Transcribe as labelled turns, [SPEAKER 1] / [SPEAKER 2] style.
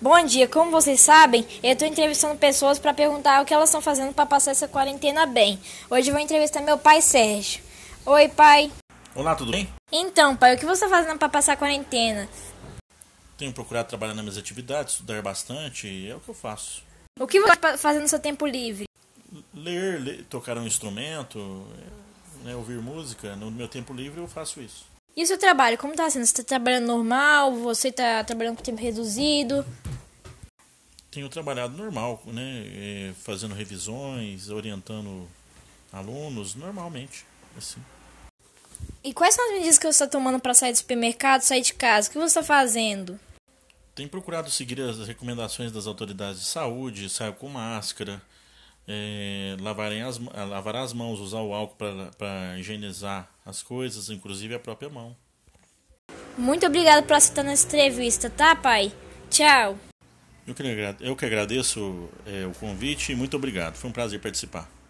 [SPEAKER 1] Bom dia, como vocês sabem, eu estou entrevistando pessoas para perguntar o que elas estão fazendo para passar essa quarentena bem. Hoje eu vou entrevistar meu pai Sérgio. Oi, pai.
[SPEAKER 2] Olá, tudo bem?
[SPEAKER 1] Então, pai, o que você está fazendo para passar a quarentena?
[SPEAKER 2] Tenho procurado trabalhar nas minhas atividades, estudar bastante, é o que eu faço.
[SPEAKER 1] O que você está fazendo no seu tempo livre?
[SPEAKER 2] Ler, ler, tocar um instrumento, né, ouvir música, no meu tempo livre eu faço isso.
[SPEAKER 1] E o seu trabalho, como está sendo? Você está trabalhando normal? Você está trabalhando com tempo reduzido?
[SPEAKER 2] Tenho trabalhado normal, né, é, fazendo revisões, orientando alunos, normalmente, assim.
[SPEAKER 1] E quais são as medidas que você está tomando para sair do supermercado, sair de casa? O que você está fazendo?
[SPEAKER 2] Tenho procurado seguir as recomendações das autoridades de saúde, sair com máscara, é, lavarem as, lavar as mãos, usar o álcool para higienizar as coisas, inclusive a própria mão.
[SPEAKER 1] Muito obrigado por aceitar nessa entrevista, tá, pai? Tchau.
[SPEAKER 2] Eu que, agradeço, eu que agradeço é, o convite e muito obrigado. Foi um prazer participar.